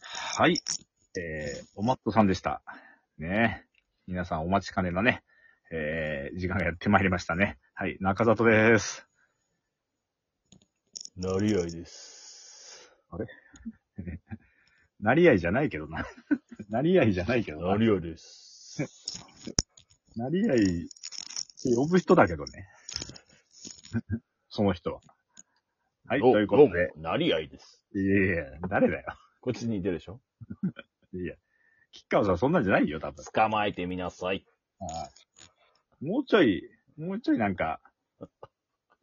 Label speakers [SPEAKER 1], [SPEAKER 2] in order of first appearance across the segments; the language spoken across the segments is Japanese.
[SPEAKER 1] はい。えー、おまっとさんでした。ねえ皆さんお待ちかねのね、えー、時間がやってまいりましたね。はい、中里です。
[SPEAKER 2] なりあいです。
[SPEAKER 1] なりあいじゃないけどな。 なりあいじゃないけど
[SPEAKER 2] な
[SPEAKER 1] な。
[SPEAKER 2] りあいです。
[SPEAKER 1] なりあい、呼ぶ人だけどね。 その人は。はい、
[SPEAKER 2] ど
[SPEAKER 1] ということで。
[SPEAKER 2] どうもなりあいです。
[SPEAKER 1] いやいやいや、誰だよ。
[SPEAKER 2] こっちにいてるでしょ
[SPEAKER 1] いや、吉川さんそんなんじゃないよ、多分。
[SPEAKER 2] 捕まえてみなさい。
[SPEAKER 1] もうちょい、もうちょいなんか、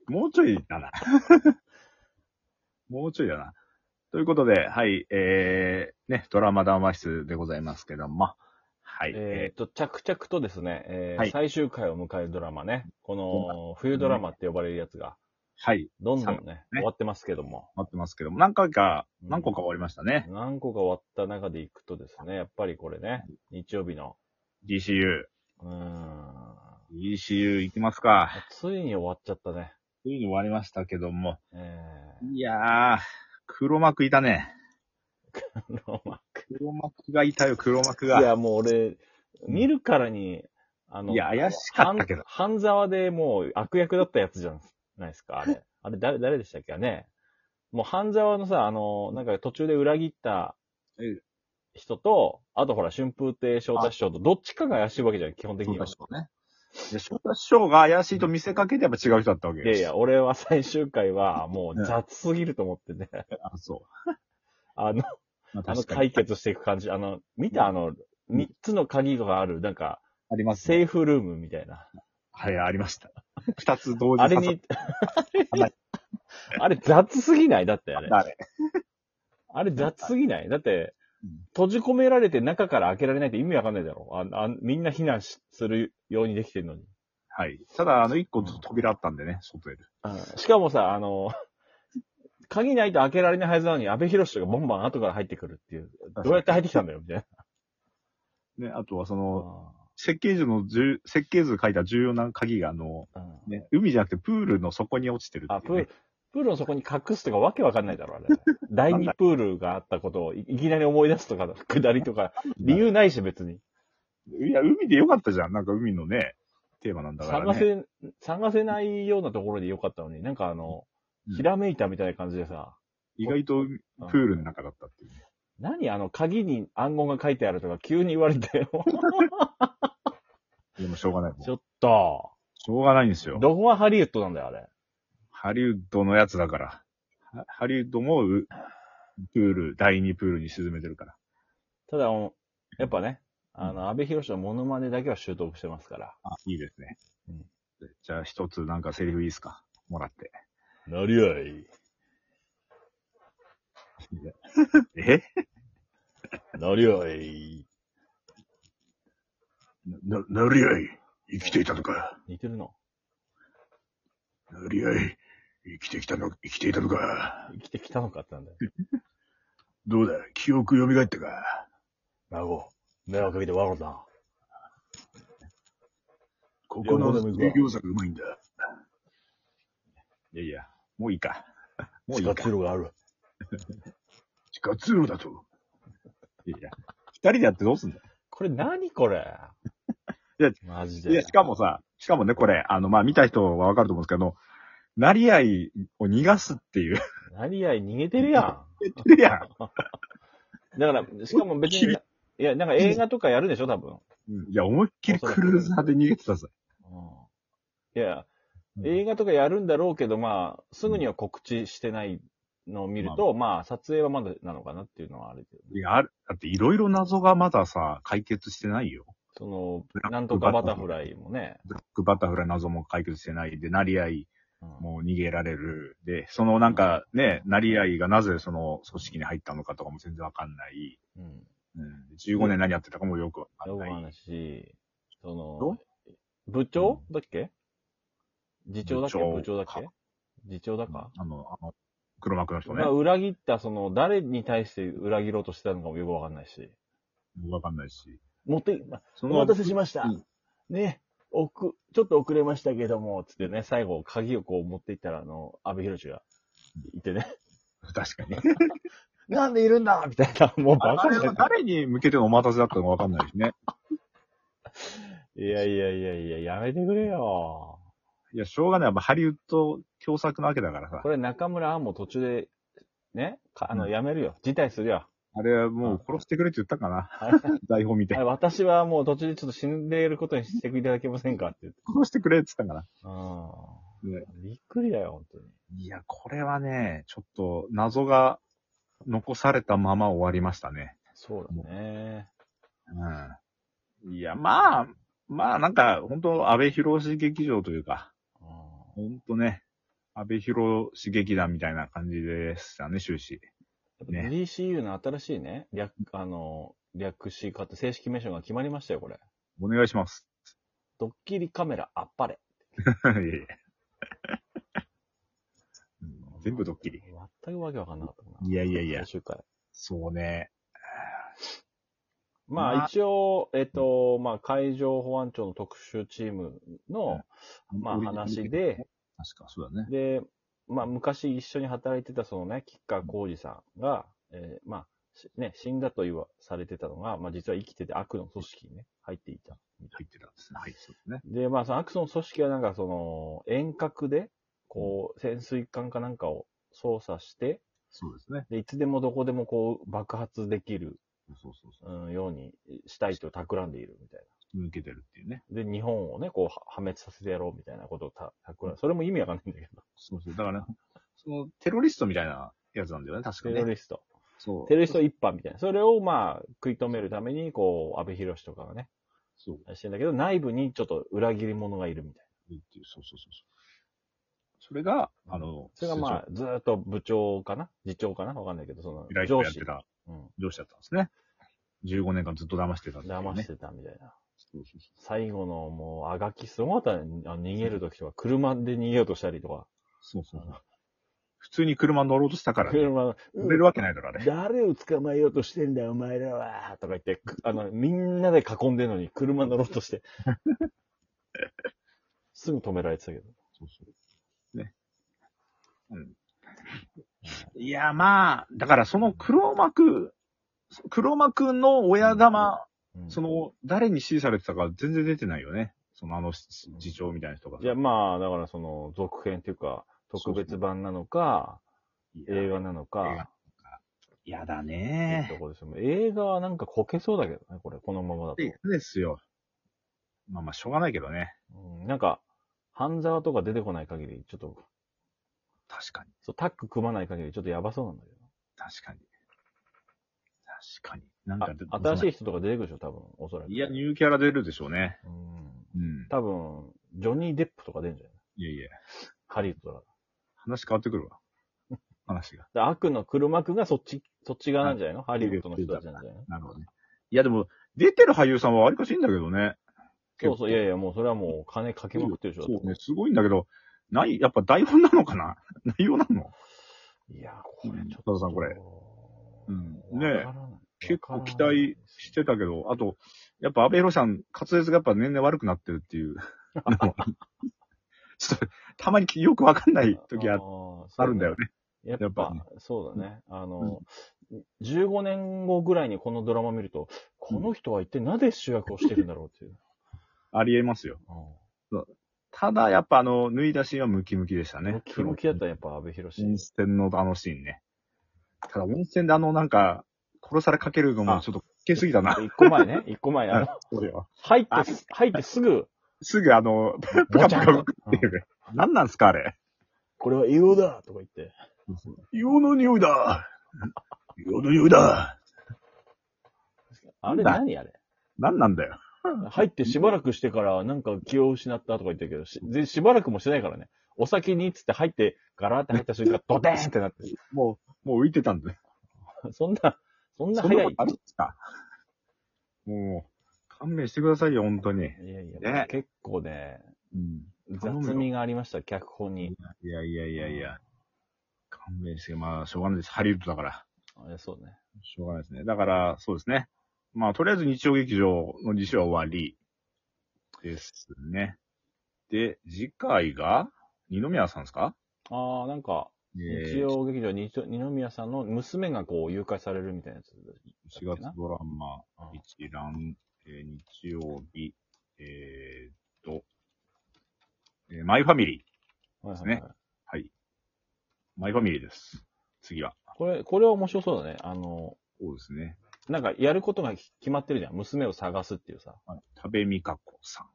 [SPEAKER 1] もうちょいだな。 もうちょいだな。ということで、はい、えー、ね、ドラマ談話室でございますけども、はい、
[SPEAKER 2] え
[SPEAKER 1] え
[SPEAKER 2] っと、着々とですね、えー
[SPEAKER 1] はい
[SPEAKER 2] 最終回を迎えるドラマね、この冬ドラマって呼ばれるやつが、
[SPEAKER 1] ーはい、
[SPEAKER 2] どんどんね、
[SPEAKER 1] ね
[SPEAKER 2] 終わってますけども、
[SPEAKER 1] 待ってますけども、何回か、
[SPEAKER 2] うん
[SPEAKER 1] 何個か終わりましたね。
[SPEAKER 2] 何個か終わった中でいくとですね、やっぱりこれね、日曜日の、
[SPEAKER 1] DCU。
[SPEAKER 2] うーん、
[SPEAKER 1] DCU 行きますか。
[SPEAKER 2] ついに終わっちゃったね。
[SPEAKER 1] ついに終わりましたけども、
[SPEAKER 2] え
[SPEAKER 1] いやー、黒幕いたね。
[SPEAKER 2] ー、ロマ
[SPEAKER 1] 黒幕がいたよ、黒幕
[SPEAKER 2] い
[SPEAKER 1] が。
[SPEAKER 2] や、もう俺、見るからに、あの、
[SPEAKER 1] いや、怪しかったけど。
[SPEAKER 2] 半半沢でもう悪役だったやつじゃないですか、あれ。あれ、誰、誰でしたっけね。もう半沢のさ、あの、なんか途中で裏切った
[SPEAKER 1] うん
[SPEAKER 2] 人と、あとほら、春風亭昇太師匠と、どっちかが怪しいわけじゃん、基本的
[SPEAKER 1] 翔
[SPEAKER 2] に
[SPEAKER 1] 太
[SPEAKER 2] は。
[SPEAKER 1] 師匠ね。で、翔太師匠が怪しいと見せかけてやっぱ違う人だったわけ
[SPEAKER 2] いやいや、俺は最終回はもう雑すぎると思ってね。
[SPEAKER 1] あ、そ
[SPEAKER 2] あの、
[SPEAKER 1] う。まあ、
[SPEAKER 2] あの
[SPEAKER 1] 確かに。
[SPEAKER 2] 解決していく感じ。あの、見たあの、
[SPEAKER 1] うん
[SPEAKER 2] 三つの鍵がある、なんか、
[SPEAKER 1] あります、
[SPEAKER 2] セーフルームみたいな。
[SPEAKER 1] はい、ありました。二つ同時
[SPEAKER 2] あれ
[SPEAKER 1] 刺さっ
[SPEAKER 2] に、あれ雑すぎないだってあれ
[SPEAKER 1] た。あれ。
[SPEAKER 2] あれ雑すぎないだって
[SPEAKER 1] うん、
[SPEAKER 2] 閉じ込められて中から開けられないって意味わかんないだろああみんな避難しするようにできてるのに。
[SPEAKER 1] はい。ただ、あの、一個扉あったんでね、外へ。
[SPEAKER 2] しかもさ、あの、鍵ないと開けられないはずなのに、安倍博士がボンバン後から入ってくるっていう。どうやって入ってきたんだよ、みたいな。
[SPEAKER 1] ね、あとはその、設計図の重、設計図書いた重要な鍵が、あの、
[SPEAKER 2] うん
[SPEAKER 1] ね、海じゃなくてプールの底に落ちてる
[SPEAKER 2] あ、
[SPEAKER 1] ってい
[SPEAKER 2] プ
[SPEAKER 1] う
[SPEAKER 2] ー
[SPEAKER 1] ね、
[SPEAKER 2] ル、プールの底に隠すとかわけわかんないだろ、あれ。第二プールがあったことをいいきなり思い出すとか、下りとか、理由ないし別に。
[SPEAKER 1] いや、海でよかったじゃん。なんか海のね、テーマなんだから
[SPEAKER 2] 探
[SPEAKER 1] ね。
[SPEAKER 2] せ、探せないようなところでよかったのに、なんかあの、
[SPEAKER 1] うん
[SPEAKER 2] ひらめいたみたいな感じでさ、
[SPEAKER 1] 意外と海プールの中だったっていうね、
[SPEAKER 2] 何あの、鍵に暗号が書いてあるとか急に言われて、も
[SPEAKER 1] でもしょうがない。
[SPEAKER 2] う
[SPEAKER 1] もう
[SPEAKER 2] ちょっと、
[SPEAKER 1] しょうがないんですよ。
[SPEAKER 2] どこがハリウッドなんだよ、あれ。
[SPEAKER 1] ハリウッドのやつだから。ハハリウッドもう、プール、第二プールに沈めてるから。
[SPEAKER 2] ただ、あのやっぱね、あの、安倍博士のモノマネだけは習得してますから。
[SPEAKER 1] あ、いいですね。
[SPEAKER 2] うん
[SPEAKER 1] じゃあ一つなんかセリフいいですかもらって。
[SPEAKER 2] なりあい、
[SPEAKER 1] え
[SPEAKER 2] なりあい。
[SPEAKER 1] な、なりあい、生きていたのか。
[SPEAKER 2] 似てるの
[SPEAKER 1] なりあい、生きてきたの、生きていたのか。
[SPEAKER 2] 生きてきたのかってなんだよ。
[SPEAKER 1] どうだ、記憶蘇ったか。
[SPEAKER 2] 孫、迷惑かけて笑うな。
[SPEAKER 1] こ
[SPEAKER 2] この営業
[SPEAKER 1] 作うまいんだ。いやいや、もういいか。もういい
[SPEAKER 2] 活
[SPEAKER 1] か。
[SPEAKER 2] 路がある。
[SPEAKER 1] 地下通路だと。いや、二人でやってどうすんだ
[SPEAKER 2] これ何こ れ
[SPEAKER 1] いや
[SPEAKER 2] マジで。
[SPEAKER 1] いや、しかもさ、しかもね、これ、あの、まあ、見た人はわかると思うんですけど、なりあいを逃がすっていう。
[SPEAKER 2] なりあい逃げてるやん。
[SPEAKER 1] いや、
[SPEAKER 2] だから、しか も別に、いや、なんか映画とかやるでしょ、多分。
[SPEAKER 1] うんいや、思いっきりクルーザーで逃げてたさ。
[SPEAKER 2] いや、
[SPEAKER 1] うん
[SPEAKER 2] 映画とかやるんだろうけど、まあ、すぐには告知してないのを見ると、まあ、撮影はまだなのかなっていうのはあるけど、
[SPEAKER 1] いや、ある、だっていろいろ謎がまださ、解決してないよ。
[SPEAKER 2] その
[SPEAKER 1] ブラッ、ク
[SPEAKER 2] なんとかバタフライもね、
[SPEAKER 1] ブラックバタフライ謎も解決してない。で、なりあい
[SPEAKER 2] うん
[SPEAKER 1] も逃げられる。で、そのなんかね、なりあいがなぜその組織に入ったのかとかも全然わかんない。
[SPEAKER 2] うん。
[SPEAKER 1] うん。15年何やってたかもよくわか
[SPEAKER 2] よ
[SPEAKER 1] ん
[SPEAKER 2] く
[SPEAKER 1] ない。
[SPEAKER 2] 話し、そ
[SPEAKER 1] ど
[SPEAKER 2] の、部長だっけ次長だっけ
[SPEAKER 1] 部長
[SPEAKER 2] 部長だっけ
[SPEAKER 1] か
[SPEAKER 2] 次長だか
[SPEAKER 1] あの、あの、黒幕の人ね
[SPEAKER 2] まあ、。裏切った、その、誰に対して裏切ろうとしてたのかもよくわかんないし。
[SPEAKER 1] わかんないし。
[SPEAKER 2] 持って、
[SPEAKER 1] そ
[SPEAKER 2] お待たせしました。
[SPEAKER 1] うん
[SPEAKER 2] ね、おく、ちょっと遅れましたけども、つってね、最後、 鍵をこう持っていったら、あの、安倍博士がいてね、
[SPEAKER 1] 確かに。
[SPEAKER 2] なんでいるんだみたいな、もうバ
[SPEAKER 1] あ
[SPEAKER 2] カ
[SPEAKER 1] れ
[SPEAKER 2] じゃ
[SPEAKER 1] は
[SPEAKER 2] ん。
[SPEAKER 1] 誰に向けてのお待たせだったのかわかんないしね。
[SPEAKER 2] いやいやいやいや、やめてくれよ。
[SPEAKER 1] いや、しょうがない。やっぱハリウッド共作なわけだからさ
[SPEAKER 2] こ。れ中村アンも途中で、ね、かあ
[SPEAKER 1] う
[SPEAKER 2] の、
[SPEAKER 1] ん
[SPEAKER 2] やめるよ。辞退するよ。
[SPEAKER 1] あれはもう殺してくれって言ったかな。
[SPEAKER 2] あれ
[SPEAKER 1] 台本見て
[SPEAKER 2] あ。れ私はもう途中でちょっと死んでいることにしていただけませんかって言って。
[SPEAKER 1] 殺してくれって言ったかな。
[SPEAKER 2] うん。
[SPEAKER 1] ね
[SPEAKER 2] びっくりだよ、本当に。
[SPEAKER 1] いや、これはね、ちょっと謎が残されたまま終わりましたね。
[SPEAKER 2] そうだね。
[SPEAKER 1] うん。いや、まあ、まあなんか、本当安倍博士劇場というか、
[SPEAKER 2] うん
[SPEAKER 1] 本当ね、安倍博士劇団みたいな感じでしたね、終始。
[SPEAKER 2] やっぱ
[SPEAKER 1] ね
[SPEAKER 2] DCU の新しいね、略、あの、略し方、正式名称が決まりましたよ、これ。
[SPEAKER 1] お願いします。
[SPEAKER 2] ドッキリカメラあっぱれ。
[SPEAKER 1] いやいやうん全部ドッキリ。。
[SPEAKER 2] 全くわけわかんなかったな。
[SPEAKER 1] いやいやいや
[SPEAKER 2] 最終回。
[SPEAKER 1] そうね。ま
[SPEAKER 2] ま
[SPEAKER 1] あ
[SPEAKER 2] あ一応、えっと、まあ海上保安庁の特殊チームの、まあ話で、
[SPEAKER 1] 確か、そうだね。
[SPEAKER 2] で、まあ昔一緒に働いてたそのね、吉川浩二さんが、えーまあ、しね、死んだと言わされてたのが、まあ実は生きてて悪の組織にね、入っていた。
[SPEAKER 1] 入ってたんですね。はい、そうですね。
[SPEAKER 2] で、まあ、そのアクソン組織はなんかその、遠隔で、こう、潜水艦かなんかを操作して、
[SPEAKER 1] そうですね。
[SPEAKER 2] で、いつでもどこでもこう、爆発できる、
[SPEAKER 1] そうそうそ。
[SPEAKER 2] うん、ようにしたいと企んでいるみたいう
[SPEAKER 1] 抜けてるっていうね。
[SPEAKER 2] な。で、日本をね、こう、は破滅させてやろうみたいなことをた、企んそれも意味わかんないんだけど。
[SPEAKER 1] そうそう。だから、その、テロリストみたいなやつなんだよね、確か
[SPEAKER 2] テロ
[SPEAKER 1] ね。
[SPEAKER 2] リスト。
[SPEAKER 1] そう。
[SPEAKER 2] テロリスト一般みたいな。それをまあ、食い止めるために、こう、安倍博士とかがね、
[SPEAKER 1] そう。
[SPEAKER 2] してんだけど、内部にちょっと裏切り者がいるみたいな。
[SPEAKER 1] っていうそうそうそうそう。それが、あの、
[SPEAKER 2] それがまあ、ずーっと部長かな次長かなわかんないけど、そ
[SPEAKER 1] 依頼
[SPEAKER 2] の、
[SPEAKER 1] 人
[SPEAKER 2] 上
[SPEAKER 1] がやっ
[SPEAKER 2] 司
[SPEAKER 1] て。た
[SPEAKER 2] うん。
[SPEAKER 1] 上司だったんですね。15年間ずっと騙してたっていうね。
[SPEAKER 2] 騙してたみたいな。
[SPEAKER 1] そうそうそう
[SPEAKER 2] 最後のもう、あがきすごかったね。あ逃げるときとか、車で逃げようとしたりとか。
[SPEAKER 1] そうそうそう。普通に車乗ろうとしたからね。
[SPEAKER 2] 車の、
[SPEAKER 1] 乗れるわけないだろ、あれ。
[SPEAKER 2] 誰を捕まえようとしてんだよ、お前らはとか言って、くあの、みんなで囲んでるのに、車乗ろう として。すぐ止められてたけど。
[SPEAKER 1] そうそう。ね。うん。いや、まあ、だからその黒幕、黒幕の親玉、
[SPEAKER 2] うん
[SPEAKER 1] その、誰に指示されてたか全然出てないよね。そのあのし次長みたいな人が。
[SPEAKER 2] いや、まあ、だからその、続編っていうか、特別版なのか、
[SPEAKER 1] いや、
[SPEAKER 2] 映画なのか、
[SPEAKER 1] いやだ
[SPEAKER 2] ってい
[SPEAKER 1] ね
[SPEAKER 2] うところですよ映画はなんかこけそうだけどね、これ、このままだと。
[SPEAKER 1] そうですよ。まあまあ、しょうがないけどね。
[SPEAKER 2] うん、なんか、半沢とか出てこない限り、ちょっと、
[SPEAKER 1] 確かに。
[SPEAKER 2] そう、タッグ組まない限りちょっとやばそうなんだけ
[SPEAKER 1] 確かに。確かに。なんかで
[SPEAKER 2] ど。あ新しい人とか出てくるでしょ、多分、おそらく。
[SPEAKER 1] いや、ニューキャラ出るでしょうね。
[SPEAKER 2] うん。
[SPEAKER 1] うん。
[SPEAKER 2] 多分、ジョニー・デップとか出るんじゃない
[SPEAKER 1] いやいや、
[SPEAKER 2] ハリウッドだか
[SPEAKER 1] 話変わってく るわ。話が。
[SPEAKER 2] ら。で悪の黒幕がそっち、そっち側なんじゃないのハリウッドの人たちなんじゃないの
[SPEAKER 1] なるほどね。いや、でも、出てる俳優さんはわりかしいいんだけどね。
[SPEAKER 2] そうそう、いや
[SPEAKER 1] や、
[SPEAKER 2] いや、もうそれはもう金かけまくってるでしょ。
[SPEAKER 1] そうね、すごいんだけど、ない、やっぱ台本なのかな 内容なの
[SPEAKER 2] いや、これちょ
[SPEAKER 1] う
[SPEAKER 2] っと。
[SPEAKER 1] ん佐藤さんこれ。うんねえ
[SPEAKER 2] わからない
[SPEAKER 1] 結構期待してたけど、あと、やっぱ安倍博さん、滑舌がやっぱ年々悪くなってるっていう のも。ちょっと、たまによくわかんない時ああるんだよ。
[SPEAKER 2] わからない
[SPEAKER 1] ね。
[SPEAKER 2] やっ
[SPEAKER 1] やっぱ
[SPEAKER 2] ぱ
[SPEAKER 1] ね、
[SPEAKER 2] そうだね。あの、15年後ぐらいにこのドラマ見ると、この人は一体なぜ主役をしてるんだろうっていう。
[SPEAKER 1] ありえますよ。ただ、やっぱあの、脱いだシーンはムキムキでしたね。
[SPEAKER 2] ムキムキだったらやっぱ安倍博士。
[SPEAKER 1] 温泉のあのシーンね。ただ温泉であのなんか、殺されかけるのも
[SPEAKER 2] あ
[SPEAKER 1] ちょっとけすぎたな。
[SPEAKER 2] 一個前 ね、一個前、あの、
[SPEAKER 1] そうだよ
[SPEAKER 2] 入っ
[SPEAKER 1] あ
[SPEAKER 2] てす、入ってすぐ、
[SPEAKER 1] すぐあの、プ
[SPEAKER 2] ぼ
[SPEAKER 1] カプ
[SPEAKER 2] ちゃ
[SPEAKER 1] カ
[SPEAKER 2] んと
[SPEAKER 1] 動くっていう。何なんすかあれ。
[SPEAKER 2] これは硫黄だとか言って。
[SPEAKER 1] 硫黄の匂いだ硫黄の匂いだ
[SPEAKER 2] あれ
[SPEAKER 1] なん
[SPEAKER 2] 何あれ
[SPEAKER 1] 何なんだよ。
[SPEAKER 2] 入ってしばらくしてから、なんか気を失ったとか言ってるけど、しでしばらくもしてないからね。お先にっつって入って、ガラーって入った瞬間、 ドテーンってなって。
[SPEAKER 1] もう、もう浮いてたんだよ。
[SPEAKER 2] そんな、そんな
[SPEAKER 1] そんな
[SPEAKER 2] 早
[SPEAKER 1] こ
[SPEAKER 2] い
[SPEAKER 1] と。あるんですかもう、勘弁してくださいよ、本当に。
[SPEAKER 2] いやいや、
[SPEAKER 1] ね
[SPEAKER 2] 結構ね、
[SPEAKER 1] うん。
[SPEAKER 2] 雑味がありました、脚本に。
[SPEAKER 1] いやいやいやいや。勘弁して、まあ、しょうがないです。ハリウッドだから。
[SPEAKER 2] あそうね。
[SPEAKER 1] しょうがないですね。だから、そうですね。まあ、とりあえず日曜劇場の2週は終わりですね。で、次回が、二宮さんですか
[SPEAKER 2] ああ、なんか、
[SPEAKER 1] え
[SPEAKER 2] 日
[SPEAKER 1] ー、
[SPEAKER 2] 曜劇場二丁二宮さんの娘がこう誘拐されるみたいなやつ。
[SPEAKER 1] 4月ドラマ
[SPEAKER 2] うん
[SPEAKER 1] 一覧、えー日曜日、えーっと、えーマイファミリー。
[SPEAKER 2] はい
[SPEAKER 1] す
[SPEAKER 2] は
[SPEAKER 1] ね
[SPEAKER 2] いはい。
[SPEAKER 1] はい。マイファミリーです。次は。
[SPEAKER 2] これ、これは面白そうだね。あの、
[SPEAKER 1] そうですね。
[SPEAKER 2] なんかやることが決まってるじゃん。娘を探すっていうさ。
[SPEAKER 1] はい。食べみかこさん。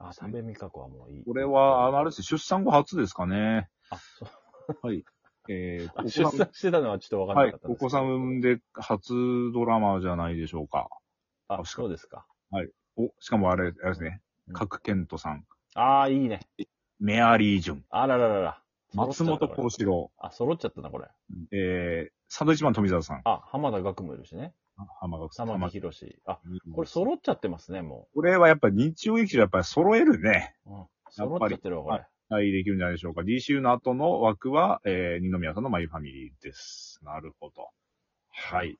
[SPEAKER 2] あ、多部未華子はもういい。
[SPEAKER 1] これは、あのあれですね、出産後初ですかね。
[SPEAKER 2] あ、そう
[SPEAKER 1] はい。えー、
[SPEAKER 2] あ
[SPEAKER 1] お子
[SPEAKER 2] 出
[SPEAKER 1] さん
[SPEAKER 2] 産してたのはちょっとわかん
[SPEAKER 1] は
[SPEAKER 2] ないかっ。た
[SPEAKER 1] お
[SPEAKER 2] ですけ
[SPEAKER 1] 子
[SPEAKER 2] ど
[SPEAKER 1] さん産んで初ドラマじゃないでしょうか。
[SPEAKER 2] あ、そうですか。
[SPEAKER 1] お、しかもあれ、あれですね
[SPEAKER 2] う。ん
[SPEAKER 1] 角健人さん。
[SPEAKER 2] ああ、いいね。
[SPEAKER 1] メアリージュン。
[SPEAKER 2] あらららら。
[SPEAKER 1] 松本幸
[SPEAKER 2] 子。
[SPEAKER 1] 四郎。
[SPEAKER 2] あ、揃っちゃったな、これ。
[SPEAKER 1] えー、サンドイッチマン富澤さん。
[SPEAKER 2] あ、浜田学もいるしね。
[SPEAKER 1] 浜垣さん。
[SPEAKER 2] 玉木
[SPEAKER 1] 浜
[SPEAKER 2] 宏。あ、こ
[SPEAKER 1] これ、
[SPEAKER 2] れ
[SPEAKER 1] そ、
[SPEAKER 2] 揃っちゃってますね、も
[SPEAKER 1] これはやっぱ日曜劇場やっぱり揃えるね。
[SPEAKER 2] う。うん。揃っちゃってるわ、こ
[SPEAKER 1] や
[SPEAKER 2] れ。
[SPEAKER 1] はい、できるんじゃないでしょうか。DCU の後の枠は、えー、二宮さんのマイファミリーです。なるほど。はい。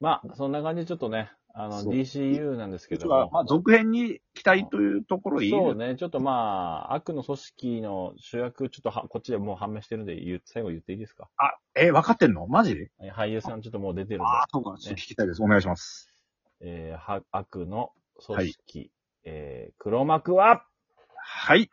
[SPEAKER 2] まあ、そんな感じでちょっとね、あの、
[SPEAKER 1] そう
[SPEAKER 2] DCU なんですけ
[SPEAKER 1] で
[SPEAKER 2] ど
[SPEAKER 1] すが、
[SPEAKER 2] も。
[SPEAKER 1] まあ、続編に期待というところでいいです
[SPEAKER 2] そう
[SPEAKER 1] ね。
[SPEAKER 2] ね、ちょっとまあ、悪の組織の主役、ちょっとは、こっちでもう判明してるんで、言う最後言っていいですか
[SPEAKER 1] あ、えー、分かってんのマジ
[SPEAKER 2] え俳優さんちょっともう出てるんで、
[SPEAKER 1] ああ、そうか。ちょっと聞きたいです。お願いします。
[SPEAKER 2] えーは悪の組織、えー黒幕は
[SPEAKER 1] はい。